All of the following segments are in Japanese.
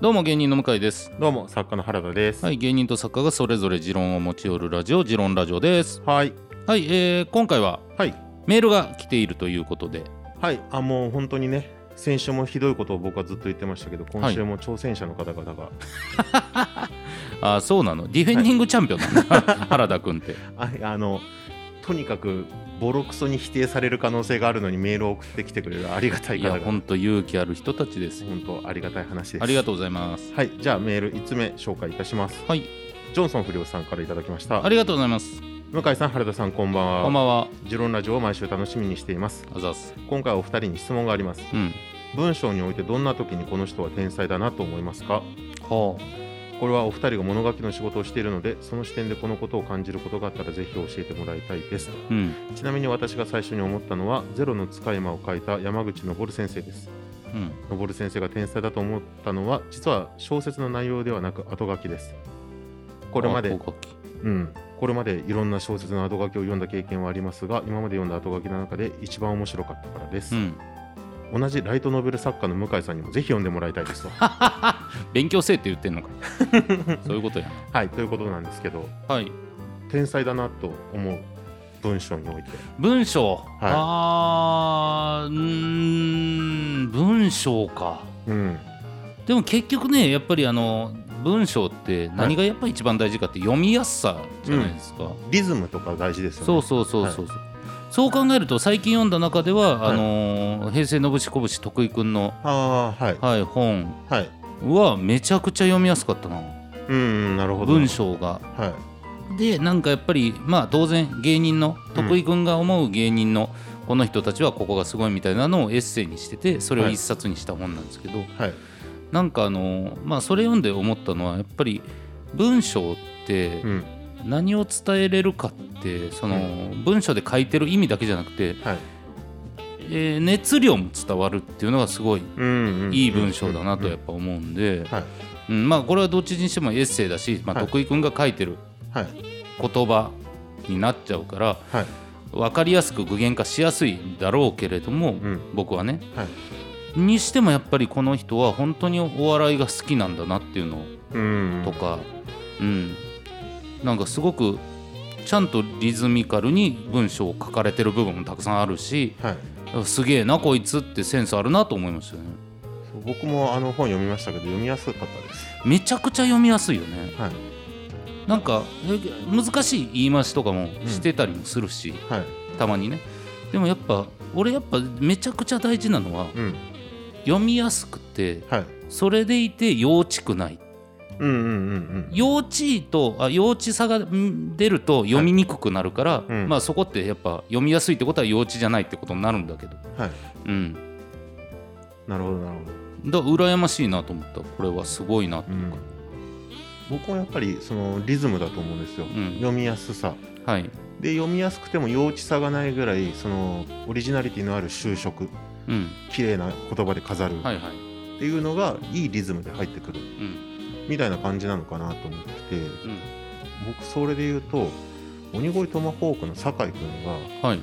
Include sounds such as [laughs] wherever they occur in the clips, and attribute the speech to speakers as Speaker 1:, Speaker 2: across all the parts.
Speaker 1: どうも芸人の向井です。
Speaker 2: どうも作家の原田です。
Speaker 1: は
Speaker 2: はい。
Speaker 1: い、芸人と作家がそれぞれ持論を持ち寄るラジオ、持論ラジオです。
Speaker 2: はい。
Speaker 1: はい、えー、今回は
Speaker 2: はい。
Speaker 1: メールが来ているということで、
Speaker 2: あもう本当にね先週もひどいことを僕はずっと言ってましたけど今週も挑戦者の方々が、
Speaker 1: あーそうなの、ディフェンディングチャンピオンなんだ、 [laughs] 原田君って。
Speaker 2: ああのとにかくボロクソに否定される可能性があるのにメールを送ってきてくれるありがたい
Speaker 1: い
Speaker 2: 方
Speaker 1: や、
Speaker 2: 々
Speaker 1: 本当勇気ある人たちですよ。
Speaker 2: 本当ありがたい話です。
Speaker 1: ありがとうございます。
Speaker 2: はいじゃあメール5つ目紹介いたします。
Speaker 1: はい、
Speaker 2: ジョンソン不良さんからいただきました
Speaker 1: あ。りがとうございます。
Speaker 2: 向井さん原田さんこんばんは。
Speaker 1: こんばんは、
Speaker 2: ジロンラジオを毎週楽しみにしています。
Speaker 1: あざっす。
Speaker 2: 今回お二人に質問があります。
Speaker 1: うん。
Speaker 2: 文章においてどんな時にこの人は天才だなと思いますか
Speaker 1: は
Speaker 2: これはお二人が物書きの仕事をしているのでその視点でこのことを感じることがあったらぜひ教えてもらいたいです
Speaker 1: あ、うん。
Speaker 2: ちなみに私が最初に思ったのは「ゼロの使い魔」を書いた山口昇先生です
Speaker 1: うん。
Speaker 2: 昇先生が天才だと思ったのは実は小説の内容ではなく後書きですこれま
Speaker 1: あ
Speaker 2: で
Speaker 1: こうか
Speaker 2: うんこれまでいろんな小説の後書きを読んだ経験はありますが今まで読んだ後書きの中で一番面白かったからです、
Speaker 1: うん。
Speaker 2: 同じライトノベル作家の向井さんにもぜひ読んでもらいたい
Speaker 1: [laughs]
Speaker 2: ですと
Speaker 1: 勉強せえって言って
Speaker 2: [laughs]
Speaker 1: んのか。そういうことや
Speaker 2: はいということなんですけど
Speaker 1: な。はい。
Speaker 2: 天才だなと思う文章において
Speaker 1: 文章、あーうーん文章か
Speaker 2: うん、
Speaker 1: でも結局ねやっぱりあの文章って何がやっぱり一番大事かって読みやすさじゃないですか、
Speaker 2: リズムとか大事ですよね。
Speaker 1: そうそうそうそうそう、そう考えると最近読んだ中では、
Speaker 2: はい
Speaker 1: あのー平成のぶしこぶし徳井くんの、
Speaker 2: ああはい
Speaker 1: はい、本
Speaker 2: はい。
Speaker 1: はめちゃくちゃ読みやすかったな
Speaker 2: うん、うん、なるほど。
Speaker 1: 文。章が
Speaker 2: は
Speaker 1: でなんかやっぱりまあ当然芸人の徳井君が思う芸人のこの人たちはここがすごいみたいなのをエッセイにしててそれを一冊にした本なんですけど、
Speaker 2: いはい。
Speaker 1: なんかあのまあそれ読んで思ったのはやっぱり文章って
Speaker 2: うん
Speaker 1: 何を伝えれるかってその文章で書いてる意味だけじゃなくて、
Speaker 2: はい。
Speaker 1: えー熱量も伝わるっていうのがすごい
Speaker 2: うんうん、うん。
Speaker 1: いい文章だなとやっぱ思うんで、
Speaker 2: はい
Speaker 1: うん、まあこれはどっちにしてもエッセイだし、まあ、
Speaker 2: はい
Speaker 1: 徳井君が書いてる
Speaker 2: はい
Speaker 1: 言葉になっちゃうから、
Speaker 2: はい
Speaker 1: 分かりやすく具現化しやすいだろうけれども、
Speaker 2: ん
Speaker 1: 僕はね
Speaker 2: はい。
Speaker 1: にしてもやっぱりこの人は本当にお笑いが好きなんだなっていうの
Speaker 2: うん、うん。
Speaker 1: と。か、うんなんかすごくちゃんとリズミカルに文章を書かれてる部分もたくさんあるし
Speaker 2: はい。
Speaker 1: すげえなこいつってセンスあるなと思いましたよね
Speaker 2: そう僕もあの本読みましたけど読みやすかったです。
Speaker 1: めちゃくちゃ読みやすいよね
Speaker 2: はい
Speaker 1: なんかえ難しい言い回しとかもしてたりもするし、
Speaker 2: はい。
Speaker 1: たまにねでもやっぱ俺やっぱめちゃくちゃ大事なのは
Speaker 2: うん
Speaker 1: 読みやすくて
Speaker 2: はい。
Speaker 1: それでいて幼稚くない
Speaker 2: うんうんうんうん。
Speaker 1: 幼稚いとあ幼稚さがん出ると読みにくくなるから、
Speaker 2: うん
Speaker 1: まあそこってやっぱ読みやすいってことは幼稚じゃないってことになるんだけど
Speaker 2: はい。
Speaker 1: うん
Speaker 2: なるほどなるほど。
Speaker 1: だから羨ましいなと思ったこれはすごいなと
Speaker 2: う
Speaker 1: いうんか、。
Speaker 2: 僕もやっぱりそのリズムだと思うんですよ。
Speaker 1: ん
Speaker 2: 読みやすさ。
Speaker 1: はい、
Speaker 2: で読みやすくても幼稚さがないぐらいそのオリジナリティのある就職
Speaker 1: うん、
Speaker 2: 綺麗な言葉で飾る、
Speaker 1: はいはい
Speaker 2: っていうのがいいリズムで入ってくる
Speaker 1: うん
Speaker 2: みたいな感じなのかなと思ってて
Speaker 1: うん
Speaker 2: 僕それで言うと鬼越トマホークの酒井君が
Speaker 1: はい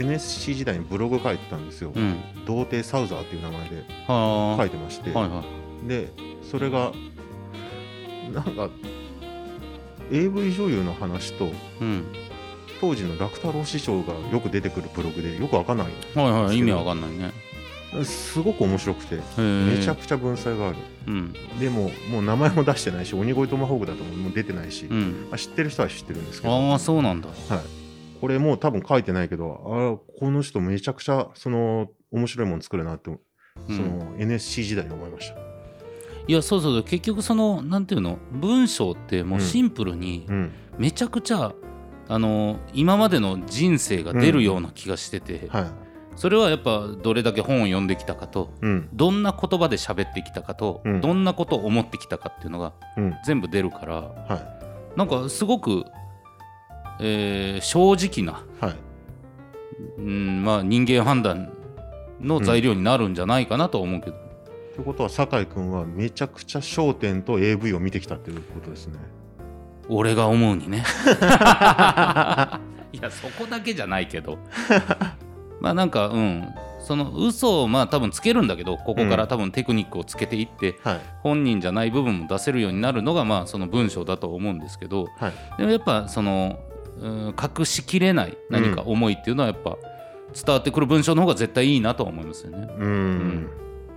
Speaker 2: NSC 時代にブログ書いてたんですよ、
Speaker 1: うん
Speaker 2: 童貞サウザーっていう名前で
Speaker 1: は
Speaker 2: 書いてまして、
Speaker 1: あはいはい
Speaker 2: でそれがなんか AV 女優の話と
Speaker 1: うん
Speaker 2: 当時の楽太郎師匠がよく出てくるブログでよくわかんない
Speaker 1: はいはい意味わかんないね
Speaker 2: すごく面白くて
Speaker 1: め
Speaker 2: めちゃくちゃ文才がある、
Speaker 1: うん
Speaker 2: でももう名前も出してないし鬼越トマホークだともう出てないし、
Speaker 1: うん
Speaker 2: まあ、知ってる人は知ってるんですけど、
Speaker 1: ああそうなんだ
Speaker 2: これもう多分書いてないけど、ああ、この人めちゃくちゃ、その、面白いもの作るなって、
Speaker 1: う
Speaker 2: そ
Speaker 1: ん
Speaker 2: の NSC 時代に思いました。
Speaker 1: いやそうそうそう結局そのなんていうの文章ってもうシンプルに
Speaker 2: うん。
Speaker 1: めちゃくちゃ、あの今までの人生が出るような気がしてて、
Speaker 2: はい。
Speaker 1: それはやっぱどれだけ本を読んできたかと
Speaker 2: うん。
Speaker 1: どんな言葉で喋ってきたかと、
Speaker 2: うん
Speaker 1: どんなことを思ってきたかっていうのが
Speaker 2: うん。
Speaker 1: 全部出るから
Speaker 2: は
Speaker 1: なんかすごく、えー正直な、
Speaker 2: い。はい。
Speaker 1: うんまあ、人間判断の材料になるんじゃないかなとは思うけど、
Speaker 2: ということは、酒井君はめちゃくちゃ『笑点』と AV を見てきたっていうことですね。
Speaker 1: 俺が思う
Speaker 2: [laughs]
Speaker 1: にねいやそこだけじゃないけどまあなんかうんその嘘をまあ多分つけるんだけどここか
Speaker 2: う
Speaker 1: ら
Speaker 2: ん
Speaker 1: 多分テクニックをつけていって
Speaker 2: はい
Speaker 1: 本人じゃない部分も出せるようになるのがまあその文章だと思うんですけど
Speaker 2: はい
Speaker 1: でもやっぱそのうん隠しきれない何か思いっていうのはやっぱ伝わってくる文章の方が絶対いいなとは思いますよね。
Speaker 2: うん、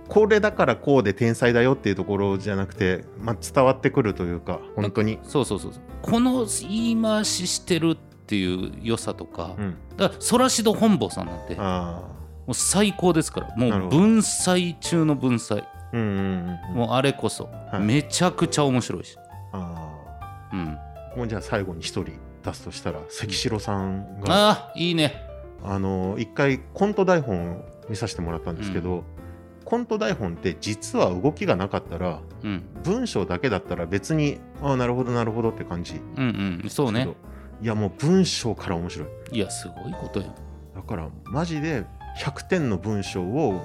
Speaker 2: これだからこうで天才だよっていうところじゃなくて、まあ、伝わってくるというか本当に、
Speaker 1: そうそうそうそうこの言い回ししてるっていう良さとか、
Speaker 2: うん、
Speaker 1: だからソラシド本坊さんなんても
Speaker 2: あ
Speaker 1: う最高ですから
Speaker 2: なる
Speaker 1: もう
Speaker 2: ほど
Speaker 1: 文才中の文才
Speaker 2: あうんうんうん
Speaker 1: もうあれこそ、
Speaker 2: はい
Speaker 1: めちゃくちゃ面白いし、
Speaker 2: あ
Speaker 1: うん、
Speaker 2: あもうじゃあ最後に一人出すとしたら関城さんが
Speaker 1: あーいいね
Speaker 2: あの一回コント台本を見させてもらったんですけど、コント台本って実は動きがなかったら
Speaker 1: うん
Speaker 2: 文章だけだったら別にああなるほどなるほどって感じ
Speaker 1: うんうんそう
Speaker 2: け
Speaker 1: ね
Speaker 2: どいやもう文章から面白い
Speaker 1: いやすごいことよ
Speaker 2: だからマジで100点の文章を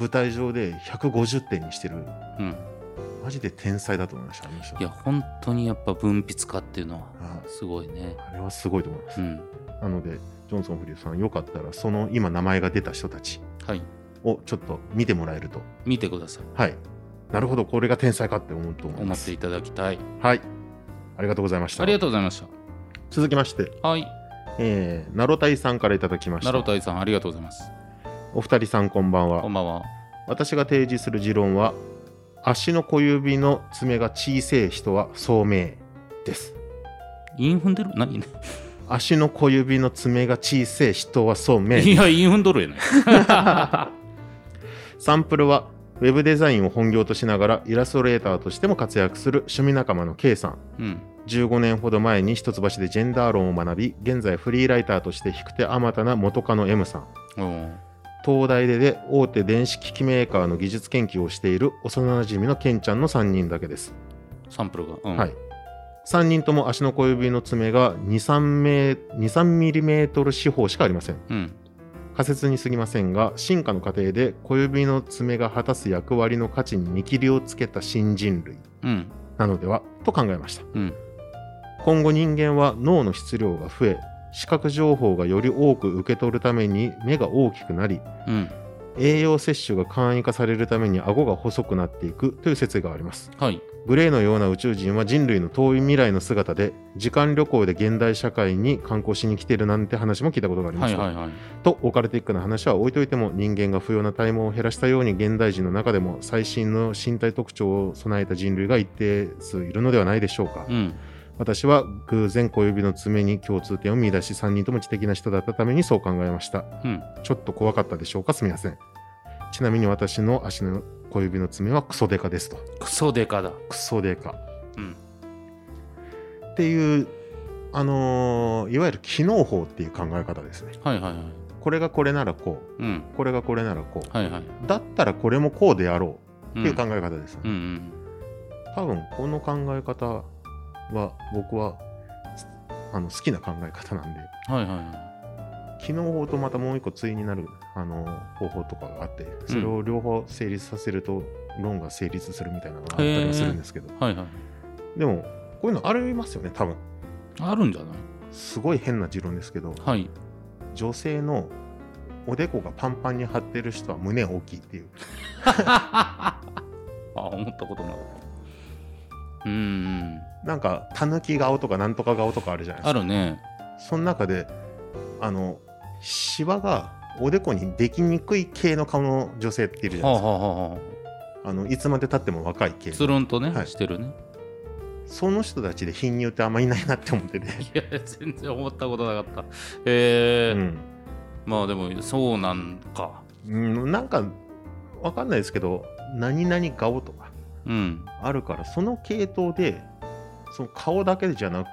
Speaker 2: 舞台上で150点にしてる
Speaker 1: うん
Speaker 2: マジで天才だと思いましたあの人
Speaker 1: いや本当にやっぱ文筆家っていうのは
Speaker 2: は
Speaker 1: すごいね
Speaker 2: いあれはすごいと思います
Speaker 1: うん
Speaker 2: なのでジョンソン・フリューさんよかったらその今名前が出た人たち
Speaker 1: はい
Speaker 2: をちょっと見てもらえると
Speaker 1: 見てください
Speaker 2: はいなるほどこれが天才かって思うと思い
Speaker 1: 思
Speaker 2: ま
Speaker 1: って
Speaker 2: す
Speaker 1: いただきたい
Speaker 2: はいありがとうございました
Speaker 1: ありがとうございました
Speaker 2: 続きまして、
Speaker 1: はい
Speaker 2: えー、ナロタイさんからいただきまし
Speaker 1: 奈良
Speaker 2: た
Speaker 1: 太さんありがとうございます
Speaker 2: お二人さんこんばんは
Speaker 1: こんばんは
Speaker 2: 私が提示する持論は足の小指の爪が小さい人は聡明です
Speaker 1: インフンでる何
Speaker 2: 足の小指の爪が小さい人は聡明
Speaker 1: いや、インフンドルやね。
Speaker 2: サンプルはウェブデザインを本業としながらイラストレーターとしても活躍する趣味仲間の K さん
Speaker 1: うん。
Speaker 2: 15年ほど前に一橋でジェンダー論を学び現在フリーライターとして引く手あまたな元カノ M さん
Speaker 1: おう
Speaker 2: 東大でで大手電子機器メーカーの技術研究をしている幼なじみのケンちゃんの3人だけです
Speaker 1: サンプルが。うん
Speaker 2: はい。3人とも足の小指の爪が2、3メ2 3ミリメートル四方しかありません。
Speaker 1: うん。
Speaker 2: 仮説に過ぎませんが、進化の過程で小指の爪が果たす役割の価値に見切りをつけた新人類
Speaker 1: うん。
Speaker 2: なのではと考えました。
Speaker 1: うん。
Speaker 2: 今後人間は脳の質量が増え、視覚情報がより多く受け取るために目が大きくなり、
Speaker 1: うん。
Speaker 2: 栄養摂取が簡易化されるために顎が細くなっていくという説があります。
Speaker 1: はい。
Speaker 2: グレーのような宇宙人は人類の遠い未来の姿で時間旅行で現代社会に観光しに来ているなんて話も聞いたことがありま
Speaker 1: は
Speaker 2: し
Speaker 1: い
Speaker 2: た、
Speaker 1: はいはい。
Speaker 2: とオカルティックな話は置いといても人間が不要な体毛を減らしたように現代人の中でも最新の身体特徴を備えた人類が一定数いるのではないでしょうか、
Speaker 1: うん。
Speaker 2: 私は偶然小指の爪に共通点を見出し3人とも知的な人だったためにそう考えました
Speaker 1: うん。
Speaker 2: ちょっと怖かったでしょうかすみませんちなみに私の足の小指の爪はクソデカですと
Speaker 1: クソデカだ。
Speaker 2: クソデカ
Speaker 1: うん。
Speaker 2: っていう、あのーいわゆる機能法っていう考え方ですね。
Speaker 1: はいはいはい。
Speaker 2: これがこれならこ
Speaker 1: うん。
Speaker 2: う、これがこれならこう、
Speaker 1: はいはい。
Speaker 2: だったらこれもこうであろ
Speaker 1: う
Speaker 2: うっ
Speaker 1: ん
Speaker 2: ていう考え方です、
Speaker 1: う
Speaker 2: ね
Speaker 1: ん
Speaker 2: 多分この考え方は僕はあの好きな考え方なんで、
Speaker 1: うん。はいはいは
Speaker 2: 機能法とまたもう一個対になる、あの方法とかがあって、それを両方成立させると論が成立するみたいなのがあったりはするんですけど、
Speaker 1: い。はいはい。
Speaker 2: でもこういうのありますよね、多分。
Speaker 1: あるんじゃない
Speaker 2: すごい変な持論ですけど、
Speaker 1: はい。
Speaker 2: 女性のおでこがパンパンに張ってる人は胸大きいっていう
Speaker 1: あ、思ったことなかった。うん。
Speaker 2: なんかたぬき顔とかなんとか顔とかあるじゃないで
Speaker 1: あ
Speaker 2: すか
Speaker 1: るね。
Speaker 2: その中であのシワがおでこにできにくい系の顔の女性っているじゃ
Speaker 1: は
Speaker 2: な
Speaker 1: あ
Speaker 2: い
Speaker 1: は
Speaker 2: ですか
Speaker 1: あはあは
Speaker 2: あのいつまでたっても若い系
Speaker 1: あ。つるんとね、
Speaker 2: はい
Speaker 1: してるね。
Speaker 2: その人たちで貧乳ってあんまいないなって思ってて、
Speaker 1: いや、全然思ったことなかった。え
Speaker 2: う
Speaker 1: ー
Speaker 2: ん
Speaker 1: まあでも、そうなんか。
Speaker 2: うん、なんかわかんないですけど何々顔とか
Speaker 1: うん。
Speaker 2: あるからその系統でその顔だけじゃなく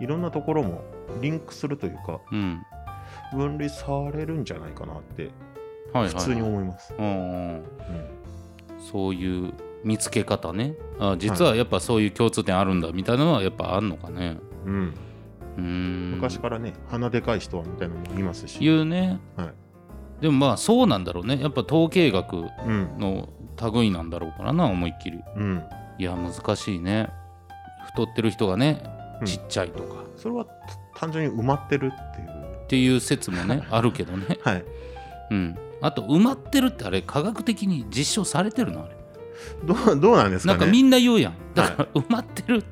Speaker 2: いろんなところもリンクするというか
Speaker 1: うん。
Speaker 2: 分類されるんじゃないかなって
Speaker 1: はいはい、はい。
Speaker 2: 普通に思います。
Speaker 1: うんうん
Speaker 2: うん
Speaker 1: そういう見つけ方ねあ実はやっぱそういう共通点あるんだみたいなのはやっぱあんのかね
Speaker 2: うん
Speaker 1: うーん
Speaker 2: 昔からね鼻でかい人はみたいなのもいますし、
Speaker 1: 言うね、
Speaker 2: はい
Speaker 1: でもまあそうなんだろうねやっぱ統計学
Speaker 2: うん
Speaker 1: の類なんだろうからな思いっきり
Speaker 2: うん、
Speaker 1: いや難しいね太ってる人がね
Speaker 2: うん
Speaker 1: ちっちゃいとか、
Speaker 2: それは単純に埋まってるっていう、 [laughs]
Speaker 1: っていう説もねあるけどね
Speaker 2: はい、
Speaker 1: うんあと埋まってるってあれ科学的に実証されてるのあれ
Speaker 2: どうどうなんですか
Speaker 1: な
Speaker 2: ね
Speaker 1: んかみんな言うやんだから埋まってる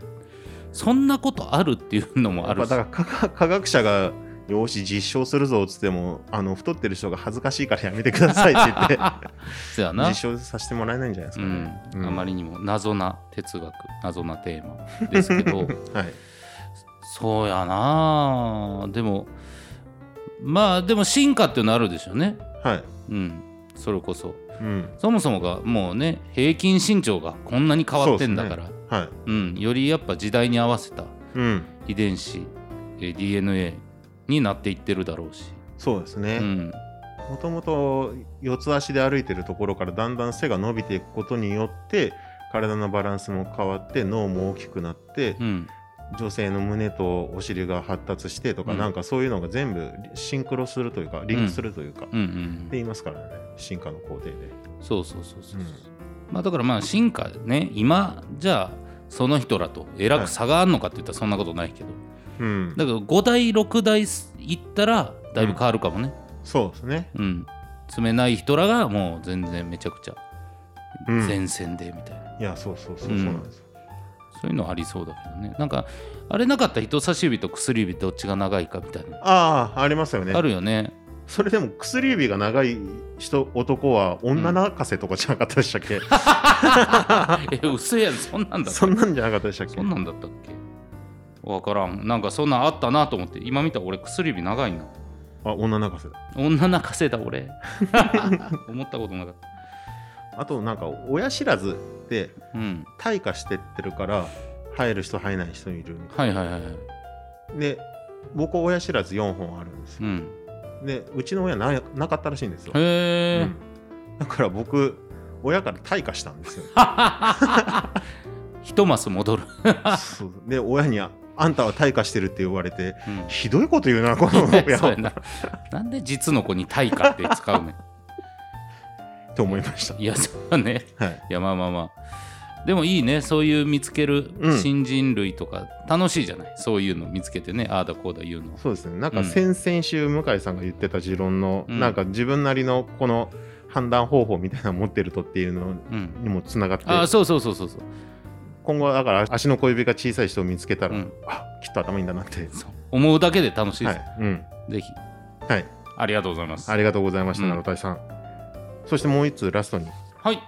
Speaker 1: そんなことあるっていうのもあ
Speaker 2: やっぱ
Speaker 1: るし
Speaker 2: だから科学科学者がよし実証するぞっつってもあの太ってる人が恥ずかしいからやめてくださいって言って
Speaker 1: そうや [laughs] な
Speaker 2: 実証させてもらえないんじゃないです
Speaker 1: う
Speaker 2: かね
Speaker 1: ん、、
Speaker 2: うん
Speaker 1: あまりにも謎な哲学謎なテーマですけ
Speaker 2: [laughs]
Speaker 1: ど
Speaker 2: はい
Speaker 1: そうやなでもまあでも進化っていうのあるでしょうね
Speaker 2: はい
Speaker 1: うんそれこそ
Speaker 2: うん
Speaker 1: そもそもがもうね平均身長がこんなに変わってんだからう、
Speaker 2: はい
Speaker 1: ん、よりやっぱ時代に合わせた
Speaker 2: うん
Speaker 1: 遺伝子えー DNA になっていってるだろうし、
Speaker 2: そうです
Speaker 1: う
Speaker 2: ね
Speaker 1: ん、
Speaker 2: もともと四つ足で歩いてるところからだんだん背が伸びていくことによって体のバランスも変わって脳も大きくなって、
Speaker 1: うん、
Speaker 2: 女性の胸とお尻が発達してとか、
Speaker 1: うん
Speaker 2: なんかそういうのが全部シンクロするというかリンクするというか、って
Speaker 1: うんうん
Speaker 2: 言いますからね進化の工程で。
Speaker 1: そうそうそうそう、
Speaker 2: うん
Speaker 1: まあだからまあ進化ね今じゃあその人らとえらく差があるのかって言ったらそんなことないけど、
Speaker 2: うん、
Speaker 1: だから5代6代いったらだいぶ変わるかもね、
Speaker 2: そうですね。
Speaker 1: うん詰めない人らがもう全然めちゃくちゃ
Speaker 2: うん
Speaker 1: 前線でみたいな、
Speaker 2: いやそうそう
Speaker 1: う
Speaker 2: そうそうんなんですよ。
Speaker 1: そういうのはありそうだけどねなんかあれなかったら人差し指と薬指どっちが長いかみたいな、
Speaker 2: ああありますよね
Speaker 1: あ。るよね
Speaker 2: それでも薬指が長い人男は女泣かせとかじゃなかったでしたっけ、
Speaker 1: [laughs] え嘘やんそんなんだった
Speaker 2: そんなんじゃなかったでしたっけ
Speaker 1: そんなんだったっけわからんなんかそんなんあったなと思って今見たら俺薬指長いな
Speaker 2: あ女泣かせだ。
Speaker 1: 女泣かせだ
Speaker 2: [laughs]
Speaker 1: 俺思ったことなかっ
Speaker 2: あとなんか親知らずって
Speaker 1: たうん
Speaker 2: 退化してってるから入る人入らない人いるみたい
Speaker 1: はいはいはいはい
Speaker 2: で僕親知らず4本あるんですよ
Speaker 1: うん
Speaker 2: でうちの親ななかったらしいんですよ、
Speaker 1: へえ、
Speaker 2: うんだから僕親から退化した
Speaker 1: [laughs]
Speaker 2: んですよ
Speaker 1: 一マス戻る、
Speaker 2: そうで親にあ「あんたは退化してる」って言われて
Speaker 1: うん
Speaker 2: ひどいこと言
Speaker 1: [laughs]
Speaker 2: うなこの親
Speaker 1: そう
Speaker 2: は
Speaker 1: やななんで実の子に対価って使うねん
Speaker 2: と思いま [laughs] した
Speaker 1: いやそうだね
Speaker 2: はい、
Speaker 1: いやまあまあまあでもいいねそういう見つける
Speaker 2: うん
Speaker 1: 新人類とか楽しいじゃない、そういうの見つけてねああだこうだ言うの
Speaker 2: そうですねなん
Speaker 1: う
Speaker 2: か
Speaker 1: ん
Speaker 2: 先々週向井さんが言ってた持論の、
Speaker 1: うん
Speaker 2: なんか自分なりのこの判断方法みたいなの持ってるとっていうの
Speaker 1: うん
Speaker 2: にもつながって
Speaker 1: ああそうそうそうそうそう
Speaker 2: 今後はだから足の小指が小さい人を見つけたら、
Speaker 1: うん
Speaker 2: あきっと頭いいんだなって
Speaker 1: そう思うだけで楽しいで
Speaker 2: は
Speaker 1: す、
Speaker 2: い、うん、
Speaker 1: ぜひ
Speaker 2: はい
Speaker 1: ありがとうございます
Speaker 2: ありがとうございました、
Speaker 1: うん
Speaker 2: ナロタイさん。そしてもう一通ラストに、
Speaker 1: はい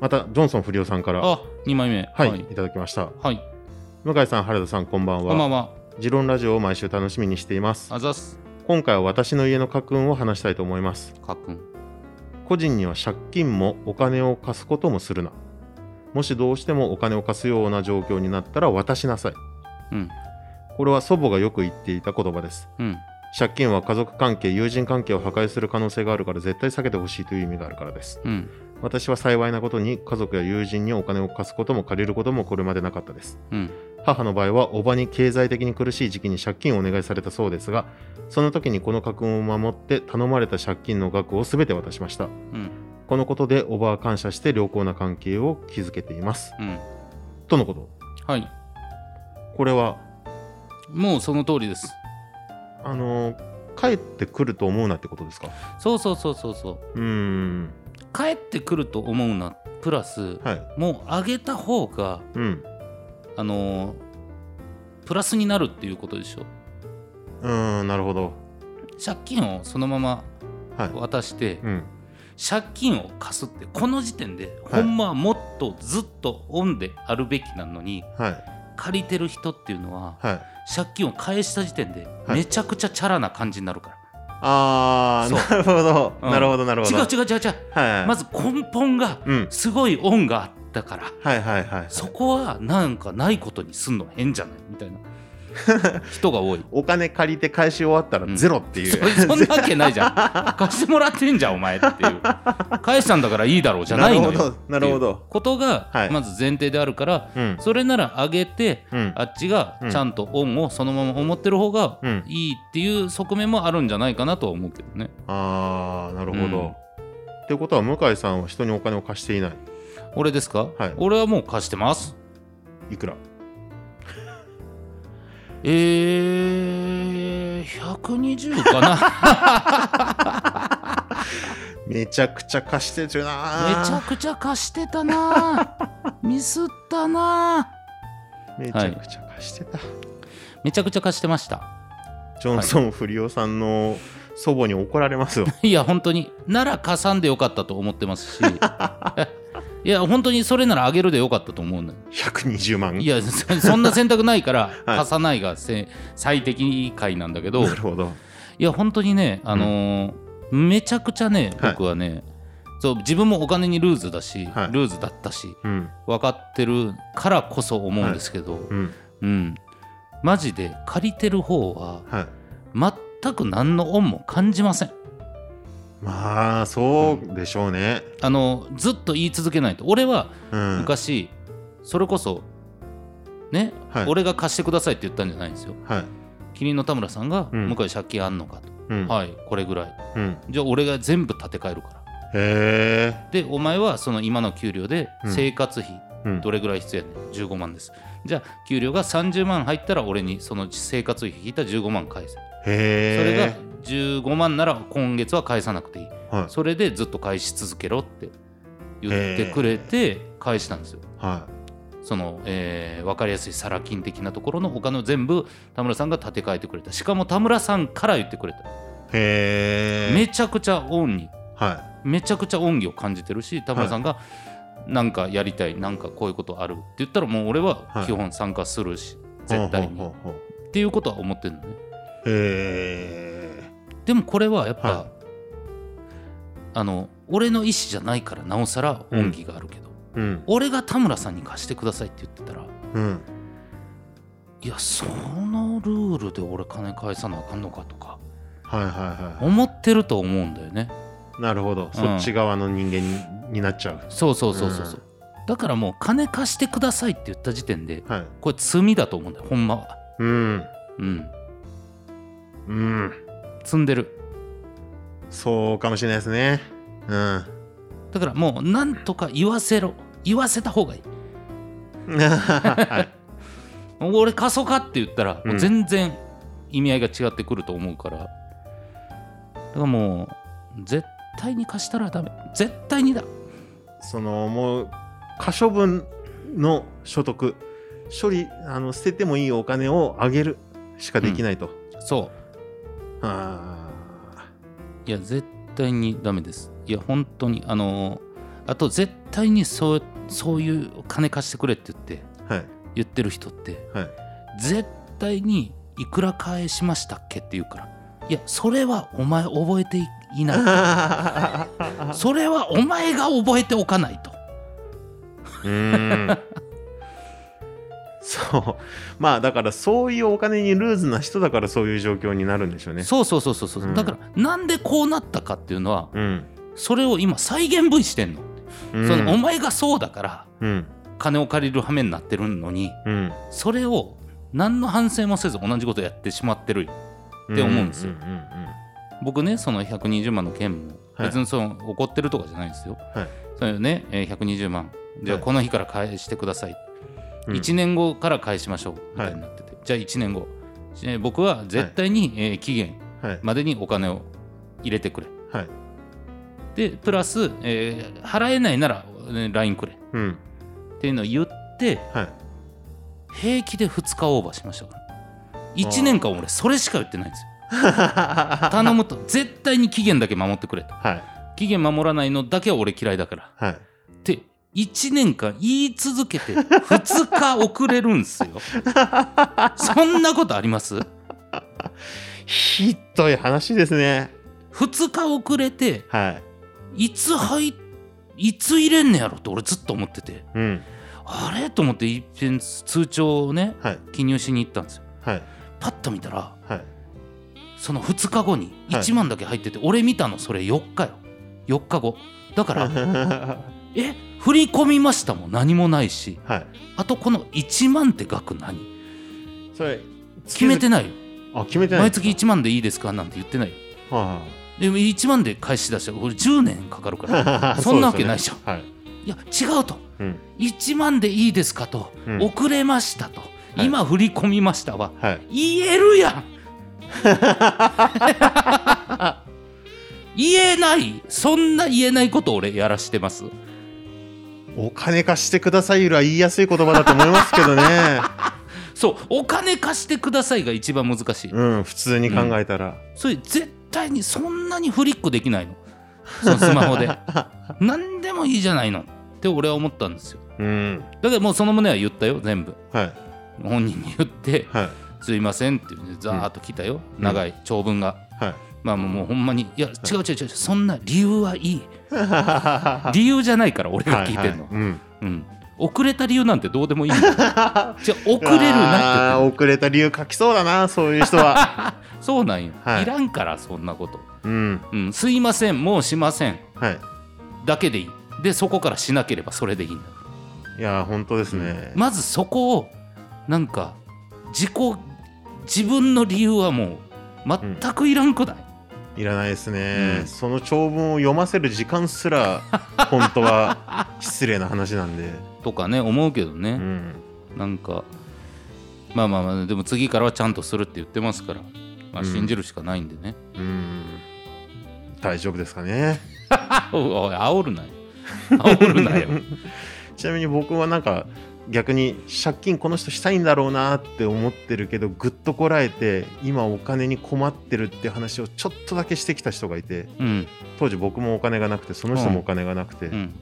Speaker 2: またジョンソン不良さんから、は
Speaker 1: あ二2枚目
Speaker 2: い、
Speaker 1: はい
Speaker 2: い、、ただきました。
Speaker 1: はい
Speaker 2: 向井さん、原田さん、こんばん
Speaker 1: こんば
Speaker 2: は。
Speaker 1: んは
Speaker 2: ジロンラジオを毎週楽しみにしています。
Speaker 1: あざっす
Speaker 2: 今回は私の家の家訓を話したいと思います。
Speaker 1: かっくん
Speaker 2: 個人には借金もお金を貸すこともするな。もしどうしてもお金を貸すような状況になったら渡しなさい。
Speaker 1: うん
Speaker 2: これは祖母がよく言っていた言葉です。
Speaker 1: うん
Speaker 2: 借金は家族関係、友人関係を破壊する可能性があるから絶対避けてほしいという意味があるからです。
Speaker 1: うん
Speaker 2: 私は幸いなことに家族や友人にお金を貸すことも借りることもこれまでなかったです
Speaker 1: うん
Speaker 2: 母の場合はおばに経済的に苦しい時期に借金をお願いされたそうですがその時にこの家訓を守って頼まれた借金の額を全て渡しました
Speaker 1: うん
Speaker 2: このことでおばは感謝して良好な関係を築けています
Speaker 1: うん
Speaker 2: とのこと
Speaker 1: はい
Speaker 2: これは
Speaker 1: もうその通りです
Speaker 2: あの帰ってくると思うなってことですか
Speaker 1: そうそうそうそうそう
Speaker 2: うーん
Speaker 1: 帰ってくると思うなプラス
Speaker 2: はい
Speaker 1: もうあげた方が
Speaker 2: うん
Speaker 1: あのープラスになるっていうことでしょ
Speaker 2: うーんなるほど
Speaker 1: 借金をそのまま
Speaker 2: はい
Speaker 1: 渡して、
Speaker 2: うん
Speaker 1: 借金を貸すってこの時点で、
Speaker 2: はい
Speaker 1: ほんまはもっとずっとオンであるべきなのに
Speaker 2: はい
Speaker 1: 借りてる人っていうのは
Speaker 2: はい
Speaker 1: 借金を返した時点で
Speaker 2: はい
Speaker 1: めちゃくちゃチャラな感じになるか
Speaker 2: あ
Speaker 1: そ
Speaker 2: ー
Speaker 1: う
Speaker 2: なるほど、
Speaker 1: うん
Speaker 2: なるほどなる
Speaker 1: ら、
Speaker 2: ほ
Speaker 1: 違
Speaker 2: ど
Speaker 1: う違う違う違う
Speaker 2: はいはい
Speaker 1: まず根本が
Speaker 2: うん
Speaker 1: すごいオンがあったから
Speaker 2: はいはいはい。
Speaker 1: そこはなんかないことにすんの変じゃないみたいな人が多い。
Speaker 2: お金借りて返し終わったらゼロっていう。
Speaker 1: そそんなわけないじゃん貸してもらってんじゃんお前っていう返したんだからいいだろうじゃないのよ
Speaker 2: なるほど。
Speaker 1: ことが
Speaker 2: はい
Speaker 1: まず前提であるから、
Speaker 2: なるほど。
Speaker 1: それならあげて
Speaker 2: うん。うん。
Speaker 1: あっちが
Speaker 2: うん
Speaker 1: ちゃんとオンをそのまま思ってる方が
Speaker 2: うん
Speaker 1: いいっていう側面もあるんじゃないかなとは思うけどね
Speaker 2: ああ、なるほ
Speaker 1: うん
Speaker 2: ど。ってことは向井さんは人にお金を貸していない。
Speaker 1: 俺ですか、
Speaker 2: はい
Speaker 1: 俺はもう貸してます
Speaker 2: いくら
Speaker 1: えー、120かな
Speaker 2: めちゃくちゃ貸してるな
Speaker 1: めちゃくちゃ貸してた [laughs] なミスったな
Speaker 2: めちゃくちゃ貸してた、
Speaker 1: めちゃくちゃ貸してました
Speaker 2: ジョンソン不良さんの祖母に怒られますよ、
Speaker 1: いや本当になら貸さんでよかったと思ってます [laughs] しいや本当にそれならあげるでよかったと思うのよ
Speaker 2: 120万
Speaker 1: いやそそんな選択ない [laughs] から、
Speaker 2: はい
Speaker 1: 貸さないがせ最適解なんだけど
Speaker 2: なるほど
Speaker 1: いや本当にね、あのーめちゃくちゃね
Speaker 2: はい
Speaker 1: 僕はね、そう自分もお金にルーズだし、
Speaker 2: はい
Speaker 1: ルーズだったし
Speaker 2: うん
Speaker 1: 分かってるからこそ思うんですけど、
Speaker 2: うん
Speaker 1: うんマジで借りてる方は
Speaker 2: はい
Speaker 1: 全く何の恩も感じません
Speaker 2: まあそうでしょうね
Speaker 1: あのずっと言い続けないと俺は
Speaker 2: うん、
Speaker 1: 昔、それこそね、
Speaker 2: はい
Speaker 1: 俺が貸してくださいって言ったんじゃないんですよ
Speaker 2: はい
Speaker 1: キリンの田村さんが「
Speaker 2: うん
Speaker 1: 向井借金あんのか」
Speaker 2: うん
Speaker 1: と「はいこれぐらい
Speaker 2: うん
Speaker 1: じゃあ俺が全部立て替えるから」
Speaker 2: へえ
Speaker 1: でお前はその今の給料で
Speaker 2: うん
Speaker 1: 生活費
Speaker 2: うん
Speaker 1: どれぐらい必要やねん15万ですじゃあ給料が30万入ったら俺にその生活費引いた15万返せそれが
Speaker 2: へ
Speaker 1: 15万なら今月は返さなくていい
Speaker 2: えは
Speaker 1: それでずっと返し続けろって言ってくれて返したんですよ
Speaker 2: いは
Speaker 1: その、えー分かりやすいサラ金的なところのお金を全部田村さんが立て替えてくれたしかも田村さんから言ってくれた
Speaker 2: いへえ
Speaker 1: めちゃくちゃ恩に
Speaker 2: は
Speaker 1: めちゃくちゃ恩義を感じてるし田村さんがなんかやりたいなんかこういうことあるって言ったらもう俺は基本参加するし、
Speaker 2: い
Speaker 1: 絶対
Speaker 2: ほう
Speaker 1: に
Speaker 2: ほうほうほ
Speaker 1: っていうことは思ってるのね
Speaker 2: うへ
Speaker 1: でもこれはやっぱ、
Speaker 2: は
Speaker 1: あの俺の意思じゃないからなおさら恩義があるけど、
Speaker 2: えうん
Speaker 1: 俺が田村さんに貸してくださいって言ってたら
Speaker 2: うん
Speaker 1: いやそのルールで俺金返さなあかんのかとか
Speaker 2: はいはいはいは
Speaker 1: 思ってると思うんだよね
Speaker 2: いなるほどそっち側の人間にになっちゃう
Speaker 1: そうそうそうそうそう、だからもう金貸してくださいって言った時点で
Speaker 2: はい
Speaker 1: これ罪だと思うんだよほんまは
Speaker 2: うん
Speaker 1: うん
Speaker 2: うん
Speaker 1: 積んでる
Speaker 2: そうかもしれないですねうん [laughs]
Speaker 1: だからもうなんとか言わせろ言わせた方がいい
Speaker 2: はい
Speaker 1: 俺貸そうかって言ったら、
Speaker 2: うん
Speaker 1: もう全然意味合いが違ってくると思うからだからもう絶対に貸したらダメ絶対にだ
Speaker 2: そのもう可処分の所得処理あの捨ててもいいお金をあげるしかできないと、
Speaker 1: そう
Speaker 2: あ
Speaker 1: いや絶対にダメですいや本当にあのーあと絶対にそうそういう金貸してくれって言って
Speaker 2: ーはい
Speaker 1: 言ってる人って
Speaker 2: [laughs] はい
Speaker 1: 絶対にいくら返しましたっけって言うからいやそれはお前覚えていい
Speaker 2: [laughs]
Speaker 1: ないそれはお前が覚えておかないと
Speaker 2: うーん [laughs] そうまあだからそういうお金にルーズな人だからそういう状況になるんでしょうね
Speaker 1: そうそうそうそうそう、
Speaker 2: うん
Speaker 1: だからなんでこうなったかっていうのは
Speaker 2: うん
Speaker 1: それを今再現 V してんの,、
Speaker 2: うん
Speaker 1: そのお前がそうだから
Speaker 2: うん
Speaker 1: 金を借りる羽目になってるのに
Speaker 2: うん
Speaker 1: それを何の反省もせず同じことやってしまってるよ
Speaker 2: っ
Speaker 1: って思うんですよ
Speaker 2: うんうん
Speaker 1: 僕ねその120万の件も
Speaker 2: はい
Speaker 1: 別にその怒ってるとかじゃないんですよ、
Speaker 2: はい
Speaker 1: それね、えー120万じゃあ
Speaker 2: はい
Speaker 1: この日から返してください、
Speaker 2: うん
Speaker 1: 1年後から返しましょうみたいになってて、じゃあ1年後えー僕は絶対に、えー期限
Speaker 2: うんはい
Speaker 1: までにお金を入れてくれ
Speaker 2: はい
Speaker 1: でプラス、えー払えないならえー LINE くれっ
Speaker 2: うん
Speaker 1: ていうのを言って
Speaker 2: はい
Speaker 1: 平気で2日オーバーしましたから1年間俺それしか言ってないんですよ頼むと絶対に期限だけ守ってくれと
Speaker 2: はい
Speaker 1: 期限守らないのだけは俺嫌いだから
Speaker 2: はい
Speaker 1: って1年間言い続けて2日遅れるんすよそんなことあります
Speaker 2: ひどい話ですね
Speaker 1: ?2 日遅れて
Speaker 2: はい
Speaker 1: いつ入っいつ入れんねやろって俺ずっと思ってて
Speaker 2: うん
Speaker 1: あれと思って一遍通帳をね
Speaker 2: はい
Speaker 1: 記入しに行ったんですよ
Speaker 2: はい
Speaker 1: パッと見たら
Speaker 2: はい [laughs]
Speaker 1: その2日後に
Speaker 2: はい
Speaker 1: 1万だけ入ってて、俺見たのそれ4日よ4日後だからえ振り込みましたもん何もないし
Speaker 2: はい
Speaker 1: あとこの1万って額何
Speaker 2: それ
Speaker 1: 決めてないよ
Speaker 2: あ決めてない
Speaker 1: 毎月1万でいいですかなんて言ってないよ
Speaker 2: は
Speaker 1: でも1万で返し出したら俺10年かかるから
Speaker 2: あ
Speaker 1: そんなわけないじゃん
Speaker 2: そうですよ
Speaker 1: い
Speaker 2: ね
Speaker 1: や違うと
Speaker 2: はいうん
Speaker 1: 1万でいいですかと、
Speaker 2: うん
Speaker 1: 遅れましたと、
Speaker 2: い
Speaker 1: 今振り込みましたは
Speaker 2: はい
Speaker 1: 言えるやん言ええないそんな言えないこと俺やらしてます
Speaker 2: お金貸してくださいよりは言いやすい言葉だと思いますけど
Speaker 1: [laughs]
Speaker 2: ね。
Speaker 1: そうお金貸してくださいが一番難しい
Speaker 2: うん、普通に考えたら。
Speaker 1: それ絶対にそんなにフリックできないのそのスマホで何でもいいじゃないのって俺は思ったんですよ
Speaker 2: うん。
Speaker 1: だからもうその旨は言ったよ全部
Speaker 2: はい。
Speaker 1: 本人に言って
Speaker 2: はい。
Speaker 1: 「すいません」って言ってザーッと来たよ、
Speaker 2: ん
Speaker 1: 長い長文が。
Speaker 2: はい。
Speaker 1: まあもうもうほんまにいや違う違う違うそんな理由はい [laughs] い
Speaker 2: は
Speaker 1: 理由じゃないから俺が聞いてるの、
Speaker 2: はうん。
Speaker 1: うん、遅れた理由なんてどうでもいいんだ [laughs] よじゃあ遅れるな
Speaker 2: あー
Speaker 1: って
Speaker 2: 遅れた理由書きそうだな、そういう人
Speaker 1: [laughs]
Speaker 2: は。
Speaker 1: そうなんよ、
Speaker 2: はい
Speaker 1: い、らんからそんなこと、
Speaker 2: うん。
Speaker 1: うん、すいませんもうしません
Speaker 2: はい。
Speaker 1: だけでいいでそこからしなければそれでいいんだ
Speaker 2: いやー、本当ですね。
Speaker 1: まずそこをなんか自己自分の理由はもう全くいらんくない、
Speaker 2: いらないですね、
Speaker 1: うん
Speaker 2: その長文を読ませる時間すら、本当
Speaker 1: [laughs]
Speaker 2: は失礼な話なんで。
Speaker 1: とかね思うけど
Speaker 2: う
Speaker 1: ね、
Speaker 2: ん。
Speaker 1: なんかまあまあまあでも次からはちゃんとするって言ってますから、まあ、
Speaker 2: うん
Speaker 1: 信じるしかないんでね、 [laughs]
Speaker 2: うん。大丈夫ですかね。
Speaker 1: おい煽るなよ煽るな
Speaker 2: [laughs]
Speaker 1: よ
Speaker 2: ちなみに僕はなんか逆に借金この人したいんだろうなって思ってるけどぐっとこらえて今お金に困ってるって話をちょっとだけしてきた人がいて
Speaker 1: うん
Speaker 2: 当時僕もお金がなくてその人もお金がなくて、
Speaker 1: うん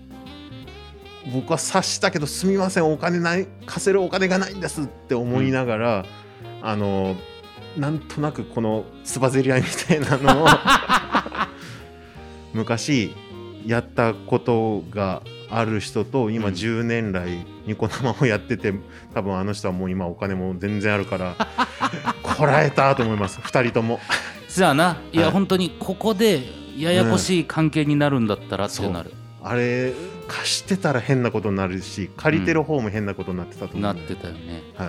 Speaker 2: 僕は察したけどすみませんお金ない貸せるお金がないんですって思いながら、あのなんとなくこのつばぜり合いみたい
Speaker 1: [laughs]
Speaker 2: なのを昔やったことがある人と今
Speaker 1: うん
Speaker 2: 10年来ニコ生をやってて多分あの人はもう今お金も全然あるからこらえたと思います2人とも
Speaker 1: じゃあないや、
Speaker 2: はい
Speaker 1: 本当にここでややこしい関係になるんだったらってなる、
Speaker 2: あれ貸してたら変なことになるし借りてる方も変なことになってたと思
Speaker 1: な
Speaker 2: う
Speaker 1: っ
Speaker 2: んで、
Speaker 1: てたよね
Speaker 2: はい、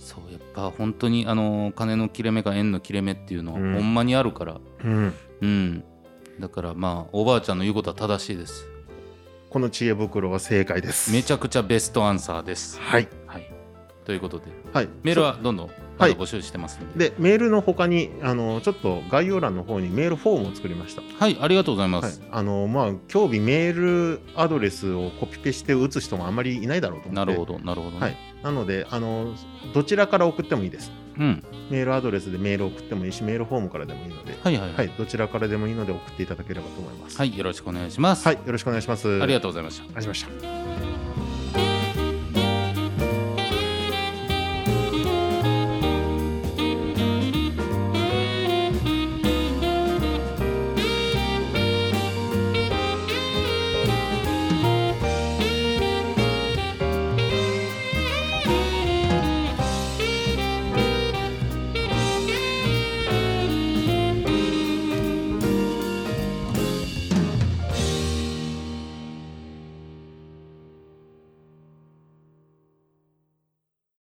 Speaker 1: そうやっぱ本当にあの金の切れ目か円の切れ目っていうのは
Speaker 2: うん
Speaker 1: ほんまにあるから
Speaker 2: うん
Speaker 1: うん、だからまあおばあちゃんの言うことは正しいです
Speaker 2: この知恵袋は正解です。
Speaker 1: めちゃくちゃベストアンサーです
Speaker 2: はい。
Speaker 1: はいということで
Speaker 2: はい。
Speaker 1: メール
Speaker 2: は
Speaker 1: はどんどんま
Speaker 2: はい
Speaker 1: だ募集してますんで、
Speaker 2: で、メールの他に、あの、ちょっと概要欄の方にメールフォームを作りました。
Speaker 1: はい、ありがとうございま
Speaker 2: はい
Speaker 1: す、。
Speaker 2: あの、まあ、今日日メールアドレスをコピペして打つ人もあんまりいないだろうと思って。
Speaker 1: なるほどなるほどね、
Speaker 2: はいなので、あの、どちらから送ってもいいです。
Speaker 1: うん
Speaker 2: メールアドレスでメールを送ってもいいし、メールフォームからでもいいので、
Speaker 1: はいはいは、
Speaker 2: はいい。どちらからでもいいので送っていただければと思います。
Speaker 1: はい、よろしくお願いします、
Speaker 2: はい。よろしくお願いします。
Speaker 1: あり
Speaker 2: が
Speaker 1: がとうございました
Speaker 2: とうございました。